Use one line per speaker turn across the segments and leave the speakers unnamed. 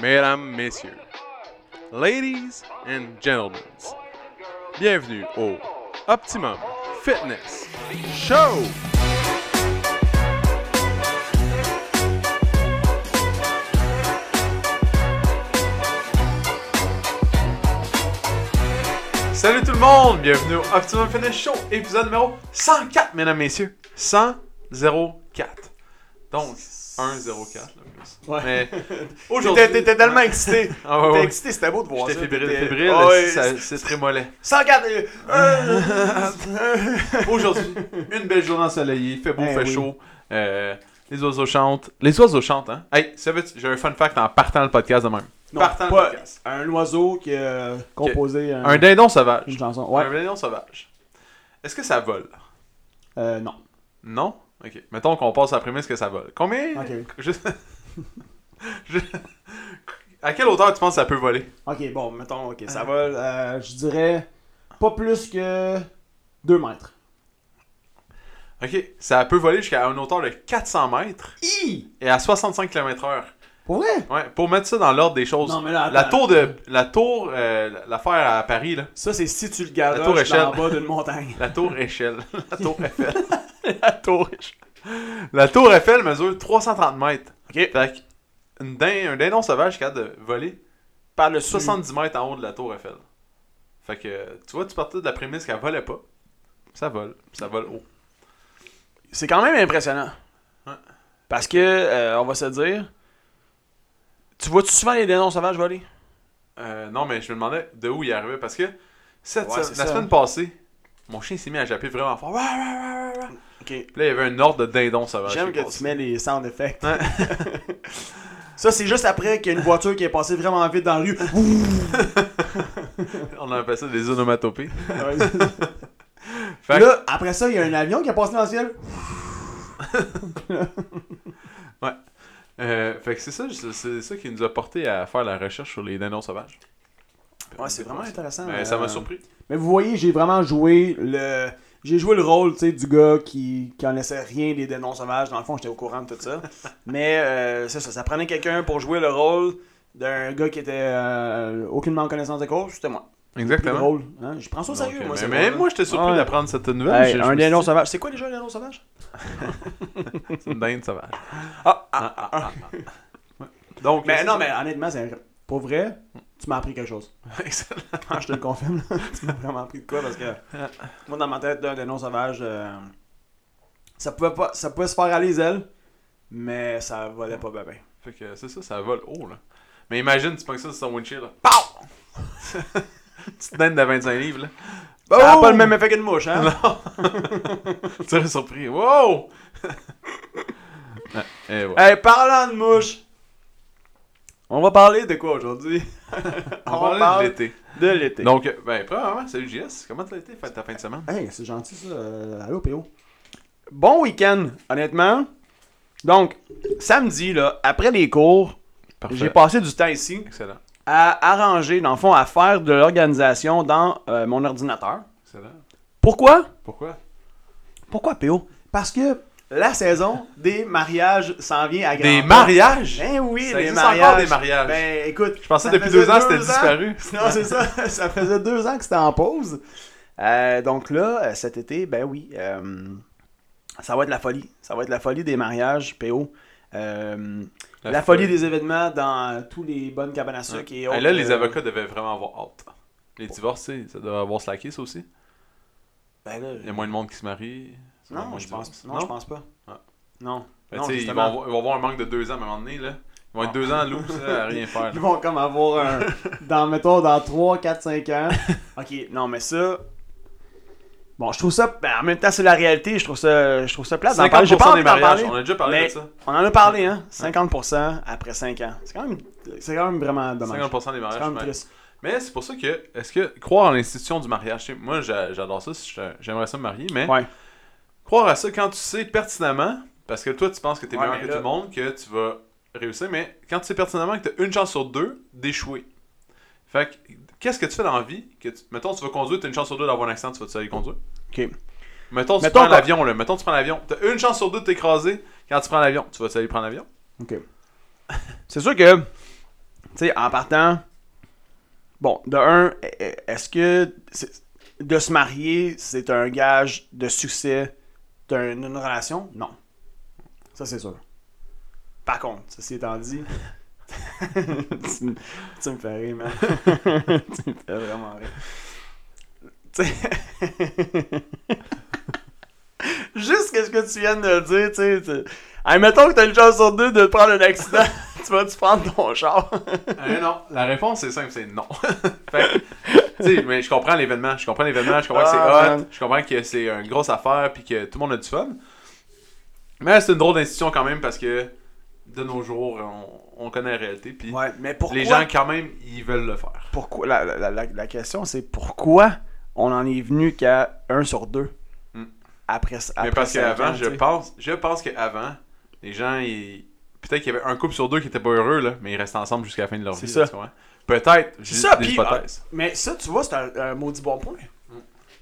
mesdames, messieurs, ladies and gentlemen, bienvenue au Optimum Fitness Show! Salut tout le monde, bienvenue au Optimum Fitness Show, épisode numéro 104, mesdames, messieurs. 104. Donc, 104 là, plus.
Ouais.
Mais
T'étais,
aujourd'hui.
t'étais tellement excité.
Ah ouais,
T'étais
ouais.
excité, c'était beau de voir
J'étais
ça.
fébrile,
T'étais-
fébrile,
Ah ouais,
ça- c'est très mollet.
104, euh, euh,
Aujourd'hui, une belle journée ensoleillée, fait beau,
Eh
fait
oui.
chaud. euh, les oiseaux chantent. Les oiseaux chantent, hein? Hey, savais-tu, j'ai un fun fact en partant le podcast de même.
Non,
partant le
pas-
podcast.
Un oiseau qui a composé un-
Un dindon sauvage.
une chanson. Ouais.
Un dindon sauvage. Est-ce que ça vole?
Euh, non.
Non? Ok. Mettons qu'on passe à la prémisse que ça vole. Combien?
Ok.
Juste- Je- À quelle hauteur tu penses que ça peut voler?
Ok, bon, mettons, ok, ça va. euh, je dirais pas plus que 2 mètres.
Ok, ça peut voler jusqu'à une hauteur de 400 mètres
I!
et à 65 km/h.
Pour vrai?
Ouais, pour mettre ça dans l'ordre des choses.
Non, mais là, attends.
la tour de. La tour. euh, l'affaire à Paris, là.
Ça, c'est si tu le
La tour
garages
échelle.
en bas d'une montagne.
La tour échelle. La tour Eiffel. la tour échelle. La tour Eiffel mesure 330 mètres.
Ok.
Fait que, une din- un dindon sauvage qui a de voler par le 70 mètres en haut de la tour Eiffel. Fait que, tu vois, tu partais de la prémisse qu'elle volait pas. Ça vole. Ça vole haut.
C'est quand même impressionnant.
Ouais.
Parce que, euh, on va se dire, tu vois-tu souvent les dénonces sauvages voler?
Euh, non, mais je me demandais de où il arrivait parce que cette,
Ouais,
la
c'est ça.
semaine passée, mon chien s'est mis à japper vraiment fort. Ouah, ouah, ouah, ouah, ouah.
Ok.
Puis là, il y avait un ordre de dindon sauvage.
J'aime
qui
que
passait.
tu mets les sound effects.
Ouais.
ça, c'est juste après qu'il y a une voiture qui est passée vraiment vite dans la rue.
On appelle ça des onomatopées. Fait que-
Là, après ça, il y a un avion qui est passé dans le ciel.
Euh, fait que c'est ça, c'est- c'est ça qui nous a porté à faire la recherche sur les dindons sauvages.
Ouais, c'est vraiment intéressant.
Mais ça
euh,
m'a surpris.
Mais vous voyez, j'ai vraiment joué le. J'ai joué le rôle, tu sais, du gars qui, qui en laissait rien des dénonces sauvages. Dans le fond, j'étais au courant de tout ça. Mais euh, c'est ça, ça prenait quelqu'un pour jouer le rôle d'un gars qui était euh, aucunement en connaissance de cause. C'était moi. C'est
Exactement.
drôle. Hein? Je prends ça au
Donc,
sérieux,
euh,
moi.
mais
c'est
même
drôle.
moi, j'étais surpris
Ouais.
d'apprendre cette nouvelle.
Hey,
Je- je
un
me suis
dindon
dit,
sauvage. C'est quoi déjà un dindon sauvage?
c'est une dinde sauvage.
Ah,
Ah, ah, ah, ah. Ouais. Donc,
Mais
c'est
non,
ça.
mais honnêtement, c'est pour vrai, tu m'as appris quelque chose.
Excellent.
Ah, je te le confirme. Ah. tu m'as vraiment appris de quoi parce que moi, dans ma tête, d'un dénon sauvage, euh, ça pouvait pas, ça pouvait se faire à les ailes, mais ça volait pas bien.
Fait que c'est ça, ça vole haut, là. Mais imagine, tu prends ça sur ton windshield, là. POW! Petite dinde de 25 livres, là.
Ça a pas le même effet qu'une mouche, hein?
Tu serais surpris. Wow! Ah, et voilà.
Hey, parlant de mouche, on va parler de quoi aujourd'hui?
On, va parler de l'été.
de l'été.
Donc, euh, ben, premièrement, salut JS. Comment t'as été fait ta fin de semaine?
Hey, c'est gentil ça. Euh, Allô, PO. Bon week-end, honnêtement. Donc, samedi, là, après les cours, j'ai passé du temps ici
Excellent.
à arranger, dans le fond, à faire de l'organisation dans euh, mon ordinateur.
Excellent.
Pourquoi?
Pourquoi?
Pourquoi, PO? Parce que la saison des mariages s'en vient à grand
Des
pas.
mariages?
Ben oui,
Ça
les
existe encore,
mariages.
des mariages.
Ben écoute. Je
pensais depuis deux ans, c'était disparu.
Non, c'est ça. Ça faisait deux ans que c'était en pause. Euh, donc là, euh, cet été, ben oui, euh, ça va être la folie. Ça va être la folie des mariages, PO. Euh, la, folie des événements dans tous les bonnes cabanes à sucre et
Et
autres,
là, les
euh,
avocats devaient vraiment avoir hâte. Les divorcés, ça doit avoir slacké, ça aussi.
ben là,
Il y a moins de monde qui se marie. ça doit
Non,
avoir
je
moins de
pense,
divorces.
non, je pense pas.
Ah.
Non.
Ben,
non
tu sais, ils, vont,
justement.
avoir- ils vont avoir un manque de deux ans à un moment donné. Là. Ils vont être deux ans loose là, à rien faire.
Ils
là.
vont comme avoir un. dans, mettons, dans 3, 4, 5 ans. Ok, non, mais ça. Bon, je trouve ça. ben, en même temps, c'est la réalité. Je trouve ça, je trouve ça plate. d'en parler. Ah, ben, J'ai
50%
pas envie
des
d'en
mariages.
parler.
On a déjà parlé
Mais
de ça.
On en a parlé, hein. 50% après 5 ans. C'est quand même, c'est quand même vraiment dommage.
50% des
C'est
mariages.
quand même
ouais.
triste.
Mais c'est pour ça que, est-ce que croire en l'institution du mariage, tu sais, moi j'a- j'adore ça, si je- j'aimerais ça me marier, mais
Ouais.
croire à ça quand tu sais pertinemment, parce que toi tu penses que t'es
Ouais,
meilleur
mais
que
là-
tout le monde, que tu vas réussir, mais quand tu sais pertinemment que t'as une chance sur deux d'échouer. Fait que, qu'est-ce que tu fais dans la vie que tu- Mettons, tu vas conduire, t'as une chance sur deux d'avoir un accident, tu vas te savoir conduire.
Ok.
Mettons, tu
Mettons
prends
qu'on-
l'avion, là. Mettons, tu prends l'avion. T'as une chance sur deux de t'écraser quand tu prends l'avion. Tu vas te savoir prendre l'avion.
Ok. C'est sûr que tu sais, en partant, bon, de un, est-ce que c'est- de se marier, c'est un gage de succès d'une une relation? Non. Ça, c'est sûr. Par contre, ceci étant dit, tu, me- tu me fais rire, man. tu me fais vraiment rire. Tu sais- Juste que ce que tu viens de dire, tu sais, tu- Hey, mettons que t'as une chance sur deux de prendre un accident, tu vas-tu prendre ton char?
Euh, non, la réponse c'est simple, c'est non. Fait que, tu sais, mais je comprends l'événement, je comprends l'événement, je comprends que c'est
Ah,
hot,
man.
je comprends que c'est une grosse affaire puis que tout le monde a du fun. Mais c'est une drôle d'institution quand même parce que de nos jours, on, on connaît la réalité puis
Ouais, mais pourquoi?
les gens quand même, ils veulent le faire.
pourquoi la, la- la- la question, c'est pourquoi on en est venu qu'à 1 sur 2
Hmm.
après
mais
après
parce
cinq
qu'avant,
ans,
je
tu sais.
pense, je pense qu'avant, les gens ils- peut-être qu'il y avait un couple sur deux qui était pas heureux là, mais ils restaient ensemble jusqu'à la fin de leur
C'est
vie.
ça.
tu comprends? Peut-être, j'ai
ça,
des
puis- ah,
hypothèses. Hmm.
Mais ça, tu vois, c'est un, un maudit bon point.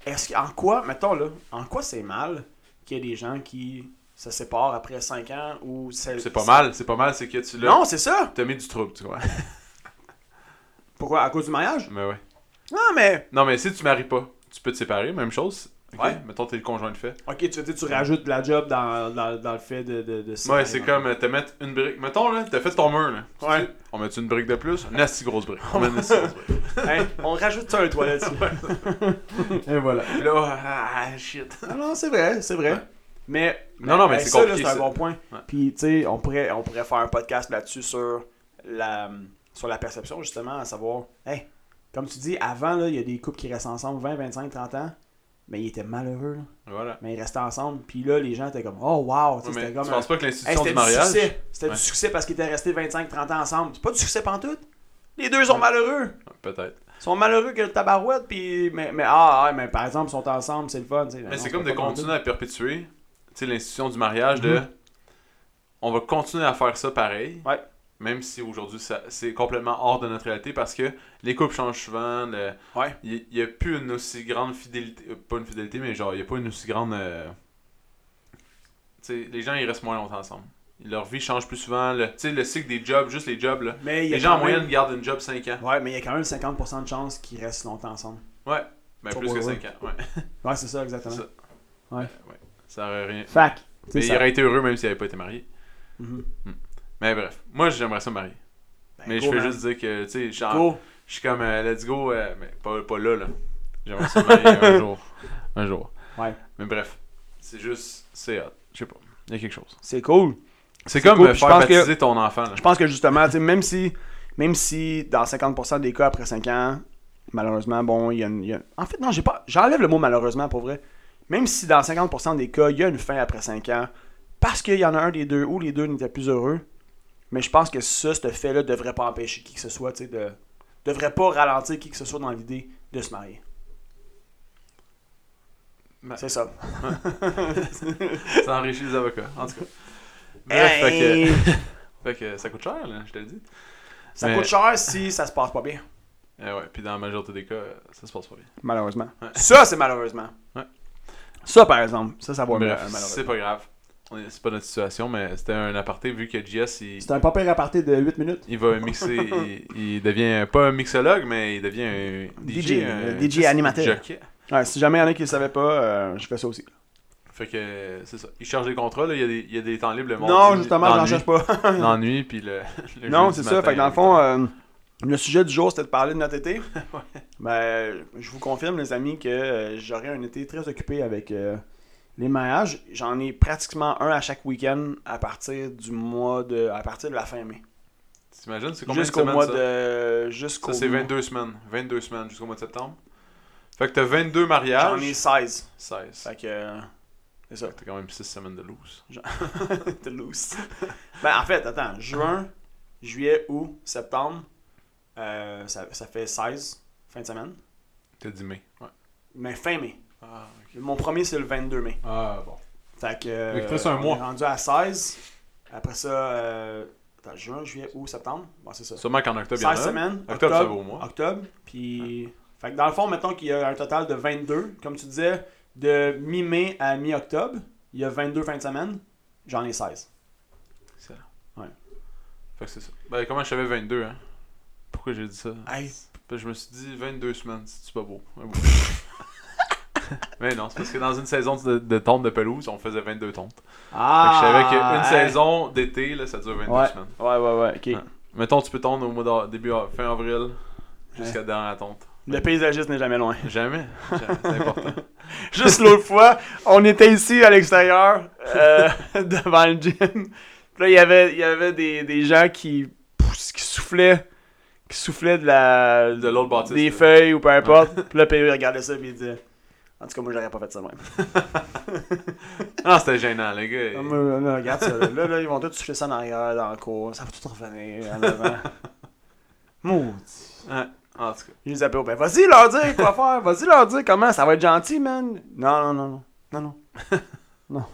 Est-ce qu'en quoi, mettons là, en quoi c'est mal qu'il y ait des gens qui se séparent après 5 ans ou
C'est pas mal, c'est pas mal, c'est que tu l'as,
ah, Non, c'est ça.
t'as mis du trouble, tu vois.
Pourquoi? À cause du mariage?
mais ouais.
Non, mais...
Non, mais si tu maries pas, tu peux te séparer, même chose. Ok?
Ouais.
Mettons, t'es le conjoint de fait.
Ok, tu, veux dire, tu rajoutes de la job dans, dans- dans le fait de... de, de
Ouais,
séparer,
c'est
hein.
comme euh, te mettre une brique. Mettons, là, t'as fait ton mur, là. Tu
Ouais.
dis, On met une brique de plus Une assez grosse brique. On met une assez grosse brique.
Hein, on rajoute ça un toit là-dessus.
Et voilà. Puis là, ah, shit.
Non, non, c'est vrai, c'est vrai.
Ouais.
Mais,
Non, non, mais
euh,
c'est
ça, là,
compliqué,
C'est un
ça.
bon point.
Ouais.
Puis, tu sais, on pourrait, on pourrait faire un podcast là-dessus sur la, sur la perception, justement, à savoir, hey, comme tu dis, avant, là, il y a des couples qui restent ensemble 20, 25, 30 ans, mais ils étaient malheureux, là.
Voilà.
mais ils restaient ensemble. Puis là, les gens étaient comme, oh, wow, tu
Ouais,
sais,
mais
c'était
tu
comme. un-
penses pas que
Hey,
l'institution du
c'était du
mariage.
succès. C'était
Ouais.
du succès parce qu'ils étaient restés 25, 30 ans ensemble. C'est pas du succès pantoute. Les deux sont malheureux.
Peut-être.
Ils sont malheureux que le tabarouette, puis. Mais, mais ah, ouais, mais par exemple, ils sont ensemble, c'est le fun. tu sais.
Mais
Ben Non,
c'est comme
pas
de
pantoute.
continuer à perpétuer, tu sais, l'institution du mariage de. On va continuer à faire ça pareil.
Mhm. Ouais.
Même si aujourd'hui, ça- c'est complètement hors de notre réalité parce que les couples changent souvent. le-
Ouais.
Il n'y a plus une aussi grande fidélité. euh, Pas une fidélité, mais genre, il n'y a pas une aussi grande. euh, Tu sais, les gens, ils restent moins longtemps ensemble. Leur vie change plus souvent. le- Tu sais, le cycle des jobs, juste les jobs, là.
Mais il y a
Les gens, en
quand même-
moyenne, gardent une job 5 ans.
Ouais, mais il y a quand même 50% de chances qu'ils restent longtemps ensemble.
Ouais. Ben,
Faut
plus
pas
que
heureux.
5 ans. Ouais.
Ouais, c'est ça, exactement.
C'est ça.
Ouais.
Ouais. Ça aurait rien.
Fac.
Mais
C'est
il
ça.
aurait été heureux même s'il n'avait pas été marié. Hmm.
Mhm.
Mais bref, moi, j'aimerais ça me marier.
Ben, hein.
Mais
go,
je veux
man.
juste dire que, tu sais, je suis en-
Go.
je suis comme, euh, let's go, euh, mais pas, pas là, là. J'aimerais ça me marier un jour. Un jour.
Ouais.
Mais bref, c'est juste, c'est hot. Je sais pas, il y a quelque chose.
C'est cool.
C'est comme
cool,
euh,
puis je
faire
pense que-
baptiser ton enfant, là.
Je pense que justement, tu sais, même si, même si dans 50% des cas après 5 ans, malheureusement, bon, il y a une. il y a- En fait, non, j'ai pas. J'enlève le mot malheureusement pour vrai. Même si dans 50% des cas, il y a une fin après 5 ans, parce qu'il y en a un des deux ou les deux n'étaient plus heureux. Mais je pense que ça, ce fait-là, devrait pas empêcher qui que ce soit, tu sais, de. devrait pas ralentir qui que ce soit dans l'idée de se marier.
Ben.
C'est ça.
Ça enrichit les avocats, en tout cas. Bref, fait,
Hey,
que, fait que ça coûte cher, là, je te le dis.
Ça
Mais-
coûte cher si ça se passe pas bien,
Eh ouais, puis dans la majorité des cas, euh, ça se passe pas bien.
malheureusement.
Ouais.
Ça, c'est malheureusement.
Ouais.
Ça, par exemple, ça, ça va mieux,
Bref,
malheureusement.
c'est pas grave. On est- C'est pas notre situation, mais c'était un aparté vu que JS, il,
C'est un papier aparté de 8 minutes.
il va mixer, il, il devient pas un mixologue, mais il devient un DJ.
DJ,
un-
le DJ
juste
euh, animateur.
jockey.
Ouais, si jamais il y en a qui ne savaient pas, euh, je fais ça aussi.
Fait que euh, c'est ça. Il charge des contrats, là, il, y a des, il y a des temps libres le mardi,
non, justement,
dans
j'en
la
cherche
nuit-
pas.
dans la nuit, puis le. le
non,
jeudi
c'est ça.
matin,
Fait que dans le
euh,
fond, euh, le sujet du jour, c'était de parler de notre été. Ben, je vous confirme, les amis, que euh, j'aurai un été très occupé avec euh, les mariages. J'en ai pratiquement un à chaque week-end à partir du mois de... à partir de la fin mai.
T'imagines, c'est combien de
Jusqu'au
semaines
mois
ça?
de... jusqu'au
Ça, c'est
mois-
22 semaines. 22 semaines jusqu'au mois de septembre. Fait que t'as 22
J'en
mariages.
ai 16.
16.
Fait que. euh, C'est ça.
T'as quand même 6 semaines de loose.
T'es loose. ben, en fait, attends. Juin, juillet, août, septembre, euh, ça, ça fait 16 fin de semaine.
T'as 10 mai. Ouais.
Mais fin mai.
Ah, ok.
Mon premier, c'est le 22 mai.
Ah, bon.
Fait que. euh,
Fait que presque un
on
mois.
est rendu à 16. Après ça, euh, attends, juin, juillet, août, septembre. Bon, c'est ça.
Sûrement qu'en octobre, il y en a.
16 semaines.
hein? Octobre, ça va au mois.
Octobre. Puis. Fait que dans le fond, mettons qu'il y a un total de 22. Comme tu disais, de mi-mai à mi-octobre, il y a 22 fins de semaine. J'en ai 16.
Excellent.
Ouais.
Fait que c'est ça. Ben, comment je savais 22, hein? pourquoi j'ai dit ça.
Hey.
Puis je me suis dit 22 semaines, c'est pas beau. Un beau- Mais non, c'est parce que dans une saison de, de tonte de pelouse, on faisait 22 tontes. Fait que je savais qu'une
hey.
saison d'été, là, ça dure 22
Ah, hein? Ouais.
semaines.
Ouais, ouais, ouais, ok.
Ouais. Mettons, tu peux tondre au mois d'av- début av- fin avril jusqu'à dernière tonte.
Le paysagiste n'est jamais loin.
Jamais. Jamais. C'est important.
Juste l'autre fois, on était ici à l'extérieur, euh, devant le gym. Puis là, il y avait, il y avait des, des gens qui, poussent- qui soufflaient, qui soufflaient de la...
De l'autre bâtisse,
Des
là.
feuilles ou peu importe. Puis là, PE regardait ça et il disait... En tout cas, moi, j'aurais pas fait ça même.
Non, c'était gênant, les gars.
Non,
ils-
mais, là, regarde ça. Là, là, ils vont tous souffler ça en arrière, dans le cours. Ça va tout revenir en avant. Maudit.
Ouais. En tout cas.
Je les appelle, ben vas-y leur dire quoi faire, vas-y leur dire comment, ça va être gentil, man. Non, non, non, non, non, non,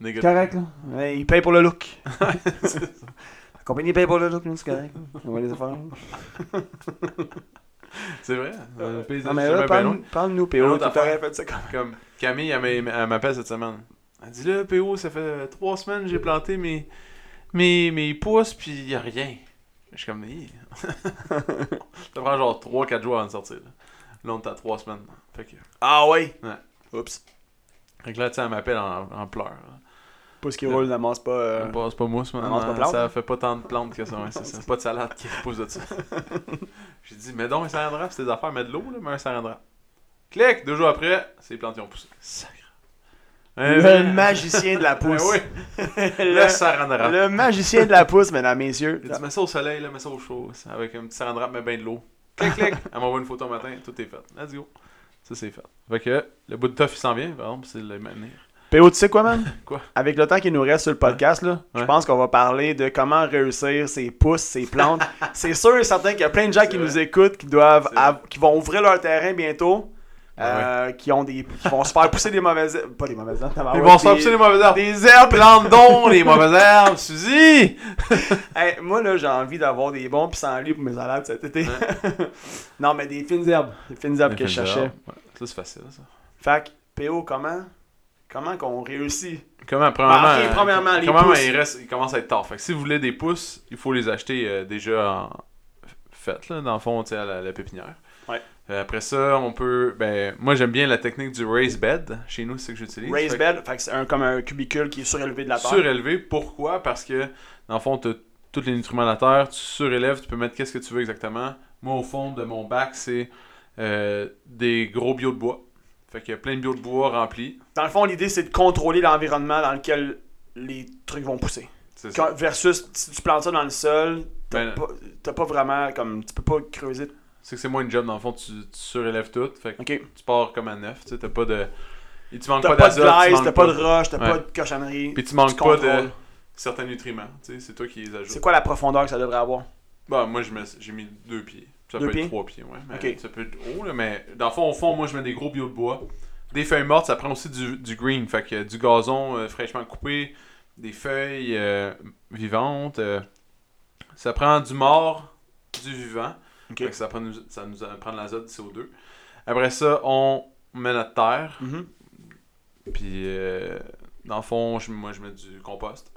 les gars-
correct, là. Ouais, ils payent pour le look. La compagnie paye pour le look, nous, c'est correct. On va les faire.
C'est vrai. euh, paysage,
Non, mais
jamais
là,
bien loin.
parle- parle-nous, PO,
L'autre
tu t'aurais
affaire.
fait ça quand
Comme Camille, elle m'a- elle m'appelle cette semaine. Elle dit là, PO, ça fait trois semaines que j'ai planté mes, mes, mes pousses, puis il a rien. Je suis comme, Hi. ça prend genre 3-4 jours avant de sortir. Là, Là, on est à 3 semaines. Fait que,
Ah ouais?
Ouais.
Oups.
fait que là, tu sais, elle m'appelle en, en pleurs. là.
Pouce qui roule, n'amasse pas. euh,
Elle me passe pas mousse, man.
on mange pas de plantes,
ça
hein?
fait pas tant de plantes que ça. ouais, c'est ça. C'est pas de salade qui repousse de ça. j'ai dit, mets donc un saran wrap, c'est des affaires, mets de l'eau, là, mets un saran wrap. Clic, deux jours après, ces plantes y ont poussé. Sacre. Un vrai-
Le magicien de la
Ben
pousse.
oui. Le
le,
saran wrap.
le magicien de la pousse, mesdames, messieurs.
J'ai dit, mets ça au soleil, là, mets ça au chaud, ça, avec un petit saran wrap, mais ben de l'eau. Clic, clic. Elle m'envoie une photo un matin, tout est fait. Let's go. Ça, c'est fait. Fait que le bout de tof, il s'en vient, par exemple, c'est le maintenir.
PO, tu sais quoi, man?
Quoi?
Avec le temps qu'il nous reste sur le podcast, là, je
Ouais.
pense qu'on va parler de comment réussir ses pousses, ses plantes. c'est sûr et certain qu'il y a plein de gens qui
C'est
nous
vrai.
écoutent, qui doivent,
C'est vrai.
av- qui vont ouvrir leur terrain bientôt, euh, qui ont des, qui vont se faire pousser des mauvaises, pas des mauvaises plantes,
Ils vont se faire pousser les mauvaises herbes.
Ah des herbes.
Plante donc les mauvaises herbes, Suzy!
Hey, moi là, j'ai envie d'avoir des bons pissenlits pour mes salades cet été. non, mais des fines herbes, des fines herbes que je cherchais.
Ouais, Ça, c'est facile, ça.
Fait que, PO, comment, comment qu'on réussit?
Comment, premièrement,
Bah, ok,
euh,
premièrement, les
premièrement,
pouces.
il, reste, il commence à être tard. Fait que si vous voulez des pousses, il faut les acheter euh, déjà en... faites, là, dans le fond, tu sais, à la, la pépinière.
Ouais.
Euh, après ça, on peut. Ben, moi, j'aime bien la technique du raise bed. Chez nous, c'est ce que j'utilise.
Raise
Fait
bed, fait que c'est un, comme un cubicule qui est surélevé de la terre.
surélevé. Pourquoi Parce que, dans le fond, tu tous les nutriments de la terre, tu surélèves, tu peux mettre qu'est-ce que tu veux exactement. Moi, au fond de mon bac, c'est euh, des gros bio de bois. Fait qu'il y a plein de bio de bois remplis.
Dans le fond, l'idée, c'est de contrôler l'environnement dans lequel les trucs vont pousser.
C'est ça.
Quand- versus, si tu plantes ça dans le sol, t'as
Ben,
pas, t'as pas vraiment, comme, tu peux pas creuser.
C'est que c'est moins une job, dans le fond, tu, tu surélèves tout. Fait que
Ok.
tu pars comme à neuf. Tu sais, t'as pas de. Et tu manques
T'as
pas
pas de
d'azote. tu
glaise,
manques
t'as pas de roche, t'as
Ouais.
pas de cochonnerie.
Puis tu manques
tu
pas de
contrôles.
certains nutriments. Tu sais, c'est toi qui les
C'est
ajoutes.
quoi la profondeur que ça devrait avoir?
Bah, moi, je mets- j'ai mis deux pieds. Ça
Deux
peut
pieds?
être trois pieds, ouais. Mais
Ok.
Ça peut être haut, là, mais dans le fond, au fond, moi, je mets des gros bio de bois. Des feuilles mortes, ça prend aussi du, du green. Fait que euh, du gazon euh, fraîchement coupé, des feuilles euh, vivantes. euh, ça prend du mort, du vivant.
Ok.
Fait que ça, prend, nous- ça nous prend de l'azote, du CO2. Après ça, on met notre terre.
Mhm.
Puis, euh, dans le fond, je- moi, je mets du compost.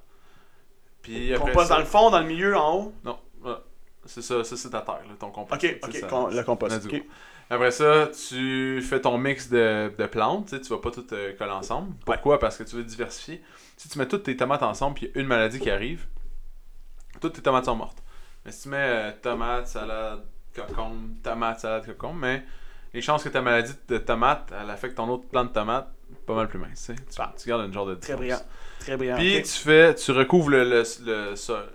Puis
Qu'on
après
passe
ça-
dans le fond, dans le milieu, en haut.
Non, voilà. c'est ça, ça c'est ta terre, là, ton compost.
Ok,
Tu sais,
ok,
ça-
con- le compost.
Let's go.
ok.
Après ça, tu fais ton mix de, de plantes, tu sais, tu vas pas tout euh, coller ensemble. Pourquoi? Parce que tu veux diversifier. Si tu mets toutes tes tomates ensemble, puis il y a une maladie qui arrive, toutes tes tomates sont mortes. Mais si tu mets euh, tomate, salade, cocombe, tomate, salade, cocombe, mais les chances que ta maladie de tomate, elle affecte ton autre plante de tomate, pas mal plus mince. tu sais. Tu, tu gardes une genre de
Bah. Très
différence.
brillant. Très brillant.
Puis
Ah, ok.
tu fais, tu recouvres le, le, le sol.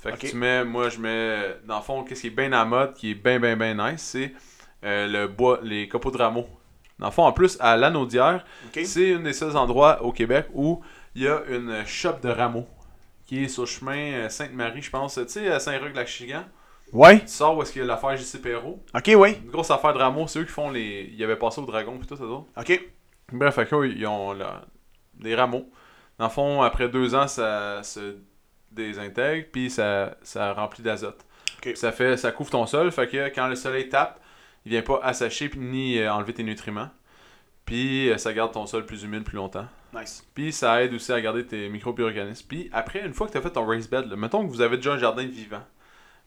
Fait que
Ok.
tu mets, moi je mets, dans le fond, qu'est-ce qui est bien à la mode, qui est bien, bien, bien nice, c'est euh, le bois, les copeaux de rameaux. Dans le fond, en plus, à l'anneau d'hier,
Ok.
c'est un des seuls endroits au Québec où il y a une shop de rameaux qui est sur le chemin euh, Sainte-Marie, je pense. Tu sais, à Saint-Roch-Lac-Chigan,
Ouais.
tu sors où est-ce qu'il y a l'affaire JC Perrault.
Ok, ouais.
Une grosse affaire de rameaux, c'est eux qui font les. Il y avait passé au dragon, puis tout ça, d'autres.
Ok.
Bref, fait qu'eux, ils ont la- des rameaux. Dans le fond, après deux ans, ça se désintègre, puis ça, ça remplit d'azote. Puis Ça fait, ça couvre ton sol, fait que quand le soleil tape, il vient pas assécher puis ni euh, enlever tes nutriments. Puis euh, ça garde ton sol plus humide plus longtemps.
Nice.
Puis ça aide aussi à garder tes micro-organismes. Puis après, une fois que tu as fait ton raised bed, là, mettons que vous avez déjà un jardin vivant.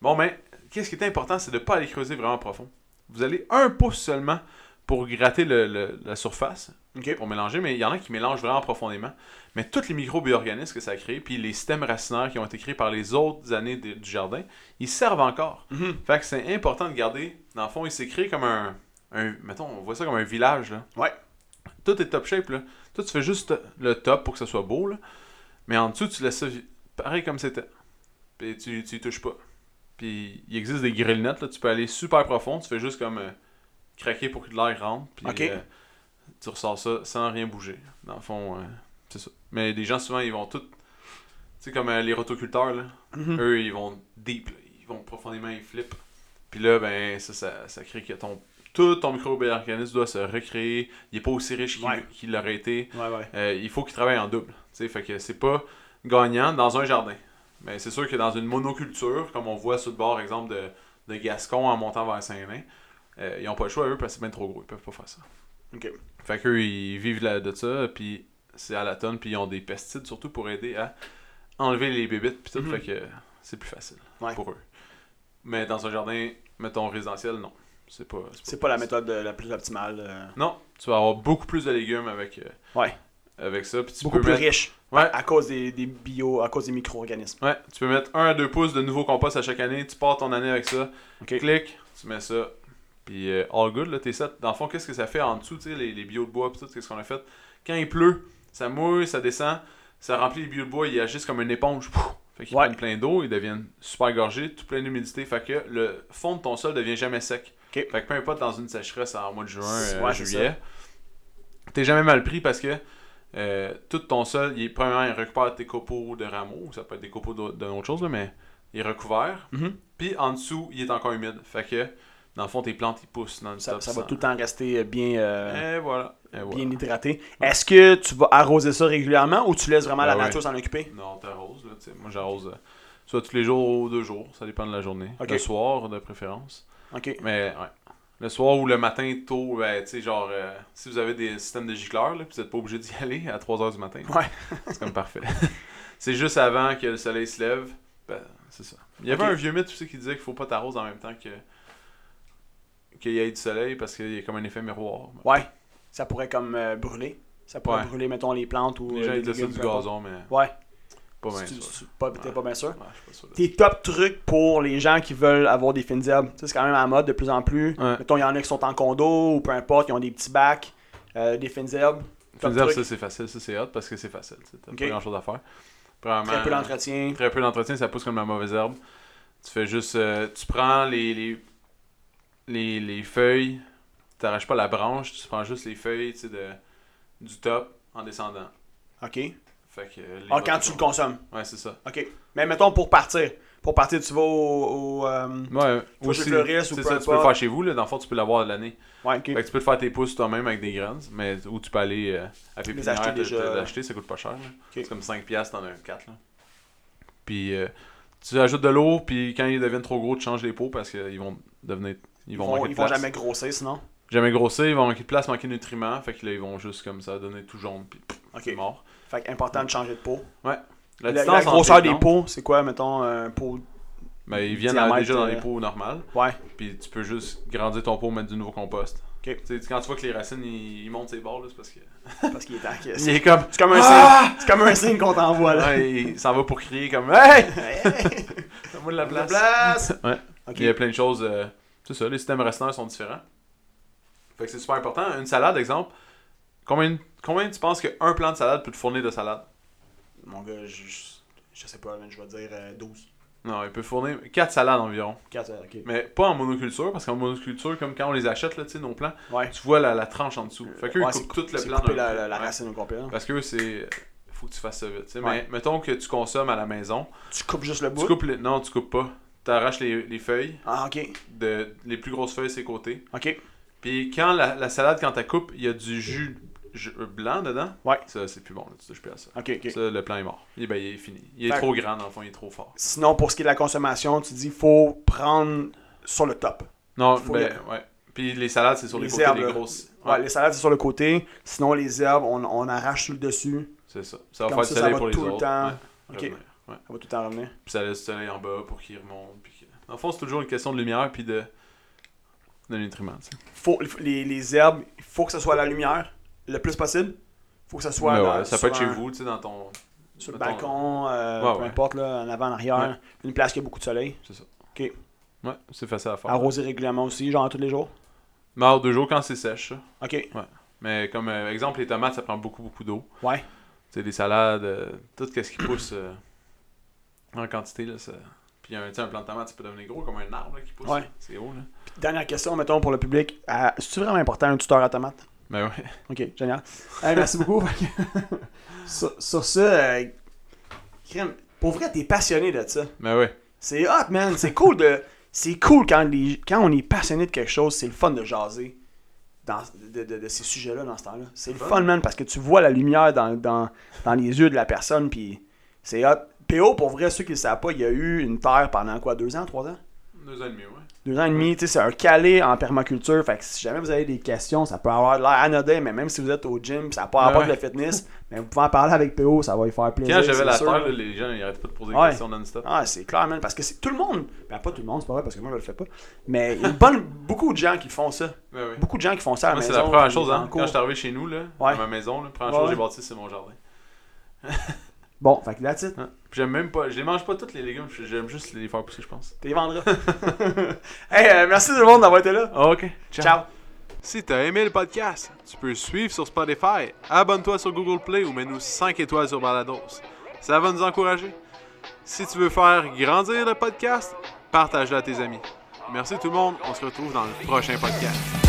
Bon, ben, qu'est-ce qui est important, c'est de ne pas aller creuser vraiment profond. Vous allez un pouce seulement pour gratter le- le- la surface,
Ok.
pour mélanger, mais il y en a qui mélangent vraiment profondément. Mais tous les micro-organismes que ça a créé, puis les systèmes racinaires qui ont été créés par les autres années de- du jardin, ils servent encore.
Mhm.
Fait que c'est important de garder. Dans le fond, il s'est créé comme un, un- Mettons, on voit ça comme un village, là.
Ouais.
Tout est top shape, là. Toi, tu fais juste le top pour que ça soit beau, là. Mais en dessous, tu laisses ça vi- pareil comme c'était. Puis tu, tu y touches pas. Puis il existe des grillnettes, là. Tu peux aller super profond. Tu fais juste comme. euh, craquer pour que de l'air rentre. Puis
Ok.
euh, tu ressors ça sans rien bouger. Dans le fond, euh, c'est ça. Mais les gens, souvent, ils vont tout. Tu sais, comme euh, les rotoculteurs, là.
Mhm.
Eux, ils vont deep. là. Ils vont profondément, ils flippent. Puis là, ben, ça, ça, ça crée que ton, tout ton micro-organisme doit se recréer. Il est pas aussi riche qu'il
Ouais.
qu'il l'aurait été.
Ouais, ouais.
Euh, il faut qu'il travaille en double. Tu sais, fait que c'est pas gagnant dans un jardin. Mais c'est sûr que dans une monoculture, comme on voit sur le bord, exemple, de, de Gascon en montant vers Saint-Lin, euh, ils ont pas le choix, eux, parce que c'est bien trop gros. Ils peuvent pas faire ça.
Ok.
Fait qu'eux, ils vivent là, de ça, puis c'est à la tonne, puis ils ont des pesticides surtout pour aider à enlever les bébites, puis tout.
Mhm.
Fait que c'est plus facile
Ouais.
pour eux. Mais dans un jardin, mettons, résidentiel, non. C'est pas,
C'est pas la méthode euh, la plus optimale. euh,
Non, tu vas avoir beaucoup plus de légumes avec, euh,
Ouais.
avec ça. Puis tu
beaucoup
peux
plus
mettre-
riche.
Ouais.
À cause des, des bio, à cause des micro-organismes.
Ouais, tu peux mettre 1 à 2 pouces de nouveau compost à chaque année, tu pars ton année avec ça,
Ok.
clic, tu mets ça, puis euh, all good, là, t'es set. Dans le fond, qu'est-ce que ça fait en dessous, tu sais, les, les bio de bois, pis tout, qu'est-ce qu'on a fait? Quand il pleut, ça mouille, ça descend, ça remplit les bio de bois, ils agissent comme une éponge, pouf! fait qu'ils
Ouais.
prennent plein d'eau, ils deviennent super gorgés, tout plein d'humidité, fait que le fond de ton sol devient jamais sec.
Ok.
Fait que peu importe dans une sécheresse en mois de juin, euh,
Ouais, c'est
juillet, t'es jamais mal pris parce que euh, tout ton sol, il, premièrement, il récupère tes copeaux de rameaux, ça peut être des copeaux d'au- d'une autre chose, là, mais il est recouvert.
Mhm.
Puis en dessous, il est encore humide. Fait que, dans le fond, tes plantes, ils poussent dans le
Ça,
top
ça va
sans-
tout le temps rester euh, bien, euh,
Et voilà. Et voilà.
bien hydraté. Est-ce que tu vas arroser ça régulièrement ou tu laisses vraiment la
Ben ouais.
nature s'en occuper?
Non, t'arroses, là, tu sais. Moi, j'arrose euh, soit tous les jours ou deux jours, ça dépend de la journée.
Ok.
Le soir, de préférence.
Ok.
Mais, ouais. Le soir ou le matin tôt, ben, tu sais, genre, euh, si vous avez des systèmes de gicleurs, là, puis vous n'êtes pas obligé d'y aller à 3h du matin.
Ouais.
c'est comme parfait. c'est juste avant que le soleil se lève. Ben, c'est ça. Il y avait
Ok.
un vieux mythe aussi qui disait qu'il faut pas t'arroser en même temps que qu'il y ait du soleil parce qu'il y a comme un effet miroir.
Ouais. Ça pourrait comme euh, brûler. Ça pourrait
Ouais.
brûler, mettons, les plantes ou.
Les
euh,
gens
les
ils disaient ça
légumes,
du
peu importe.
gazon, mais
Ouais.
pas bien
Si tu-
sûr.
si- pas- T'es
Ouais.
pas bien sûr.
Ouais, je suis pas sûr de ça.
Tes top trucs pour les gens qui veulent avoir des fins d'herbe. Tu sais, C'est quand même à la mode de plus en plus.
Ouais.
Mettons, il y en a qui sont en condo ou peu importe, ils ont des petits bacs, euh, des fins herbes.
Faut
Top
dire,
truc.
ça c'est facile, ça c'est hot parce que c'est facile. tu sais, T'as
Ok.
pas grand chose à faire. Premièrement,
Très peu d'entretien.
Très peu d'entretien, ça pousse comme la mauvaise herbe. Tu fais juste. euh, tu prends les, les, les, les feuilles, tu n'arraches pas la branche, tu prends juste les feuilles tu sais, de, du top en descendant.
OK.
Fait que. euh, les
Ah, quand
bottes-
tu le consommes.
Ouais, c'est ça.
OK. Mais mettons pour partir. Pour partir, tu vas au. au, euh,
Ouais,
Faut que je fleurisse ou
c'est
peu
ça, tu peux le
importe.
faire chez vous, là, dans le fond, tu peux l'avoir de l'année.
Ouais, OK.
Fait que tu peux te faire tes pousses toi-même avec des graines, mais où tu peux aller euh, à pépinière,
acheter
te-
déjà,
te-
là.
l'acheter, ça coûte pas cher. là. C'est comme 5 piastres, t'en as un 4. Là. Puis euh, tu ajoutes de l'eau, puis quand ils deviennent trop gros, tu changes les pots parce qu'ils vont devenir... Ils
Ils
vont,
vont,
manquer
ils
de
vont
place.
jamais grossir sinon.
Jamais grossir, ils vont manquer de place, manquer de nutriments, fait que là, ils vont juste comme ça donner tout jaune, puis pff,
OK.
c'est mort.
Fait que important de changer de peau.
La,
La,
distance
la grosseur
entre les
des
plants,
pots, c'est quoi, mettons, euh, un pot.
ben, ils viennent
diamètre,
déjà dans les
euh,
pots normales.
Ouais.
Puis tu peux juste grandir ton pot, mettre du nouveau compost.
Ok.
Tu sais, quand tu vois que les racines ils, ils montent ses bords, là, c'est parce que.
Parce qu'il est en caisse.
Il est comme.
C'est comme un
Ah!
signe. C'est comme un signe qu'on t'envoie là.
Ouais, il s'en va pour crier comme Hey!
Hey!
Donne-moi de la place! Ouais.
Ok.
Il y a plein de choses. euh, c'est ça, les systèmes racinaires sont différents. Fait que c'est super important. Une salade, exemple, combien, combien tu penses qu'un plant de salade peut te fournir de salade?
Mon gars, je, je- je sais pas, man, je vais dire euh, 12.
Non, il peut fournir 4 salades environ.
4, ok.
Mais pas en monoculture, parce qu'en monoculture, comme quand on les achète, là, tu sais, nos plants,
Ouais.
tu vois la, la tranche en dessous. Fait qu'eux,
Ouais,
ils
c'est
coupent tout le
c'est
plant
couper
d'un
la,
coup.
la- la
Ouais.
racine au complet. là.
Parce que c'est. euh, Faut que tu fasses ça vite. tu sais.
Ouais.
Mais mettons que tu consommes à la maison.
Tu coupes juste le bout.
Tu coupes les- Non, tu coupes pas. Tu arraches les, les feuilles,
Ah, ok.
de... les plus grosses feuilles, ses côtés.
Ok.
Puis quand la, la salade, quand tu coupes, il y a du jus, jus blanc dedans.
Ouais.
Ça, c'est plus bon, là, tu touches plus à ça.
Ok, ok.
Ça, le plan est mort. Il, ben, il est fini. Il est
Fait-
trop grand, dans le fond, il est trop fort.
Sinon, pour ce qui est de la consommation, tu dis faut prendre sur le top.
Non,
Faut
ben, ouais. Puis les salades, c'est sur les,
Les
côtés,
herbes,
les
là.
grosses.
Ouais, les salades, c'est sur le côté. Sinon, les herbes, on, on arrache sur le dessus.
C'est ça. Ça va
Comme
faire
ça,
du
ça
soleil
va
pour les
tout le
autres.
temps.
Ouais,
Ok.
revenir. Ouais.
Ça va tout le temps revenir.
Puis ça laisse le soleil en bas pour qu'il remonte. Puis que- En fond, c'est toujours une question de lumière puis de, de nutriments. tu sais.
Faut, les, les herbes, il faut que ça soit à la lumière le plus possible. faut que ça soit.
Mais
dans-
ouais, ça peut être
sur
chez
un-
vous, tu sais, dans ton.
Sur le
mettons,
balcon, euh,
Ouais,
peu
ouais.
importe, là, en avant, en arrière.
Ouais.
Une place qui a beaucoup de soleil.
Ouais, c'est facile à faire.
Arroser régulièrement aussi, genre tous les jours.
Mort deux jours quand c'est sèche. ça.
Ok.
Mais comme euh, exemple, les tomates, ça prend beaucoup, beaucoup d'eau.
Ouais.
Tu sais, les salades, euh, tout ce qui pousse euh, en quantité, là, ça. Puis un, tu sais, un plant de tomate, ça peut devenir gros comme un arbre là, qui pousse.
Ouais.
là. C'est haut, là.
Puis, dernière question, mettons, pour le public. Euh, C'est-tu vraiment important un tuteur à tomate?
Mais Ben ouais.
Ok, génial. Hey, merci beaucoup. Fait que- sur, sur ce, euh, crème, pour vrai, t'es passionné de ça.
Mais ben ouais.
C'est hot, man. C'est cool de. C'est cool quand, les- quand on est passionné de quelque chose, c'est le fun de jaser dans, de, de- de ces sujets-là dans ce temps-là. C'est le
Fun.
fun, man, parce que tu vois la lumière dans, dans, dans les yeux de la personne, puis c'est hot. PO, pour vrai, ceux qui le savent pas, il y a eu une terre pendant quoi, deux ans, trois ans?
Deux ans et demi, ouais.
deux ans et demi, tu sais, c'est un calé en permaculture. Fait que si jamais vous avez des questions, ça peut avoir de l'air anodin, mais même si vous êtes au gym, pis ça n'a pas rapport
Ouais.
avec le fitness, mais vous pouvez en parler avec PO, ça va lui faire plaisir.
Quand j'avais
c'est
la
sûr.
terre, là, les gens, ils arrêtaient pas de poser des
Ouais.
questions non-stop.
Ah, c'est clair, man, parce que c'est tout le monde, ben pas tout le monde, c'est pas vrai, parce que moi je le fais pas, mais il y a une bonne- beaucoup de gens qui font ça.
Mais ouais.
Beaucoup de gens qui font ça à la
Moi, c'est
maison.
la première
puis
chose,
en
hein.
cours.
Quand je suis arrivé chez nous, là,
Ouais.
à ma maison, la première
Ouais,
chose que j'ai
ouais.
bâtie, c'est mon jardin.
Bon, fait que là, tu
Hein. Puis j'aime même pas, je les mange pas toutes les légumes, j'aime juste les faire pousser, je pense.
t'es vendra. hey, euh, merci tout le monde d'avoir été là.
Ok.
Ah, Ciao.
Si t'as aimé le podcast, tu peux le suivre sur Spotify, abonne-toi sur Google Play ou mets-nous 5 étoiles sur Balados. Ça va nous encourager. Si tu veux faire grandir le podcast, partage-le à tes amis. Merci tout le monde, on se retrouve dans le prochain podcast.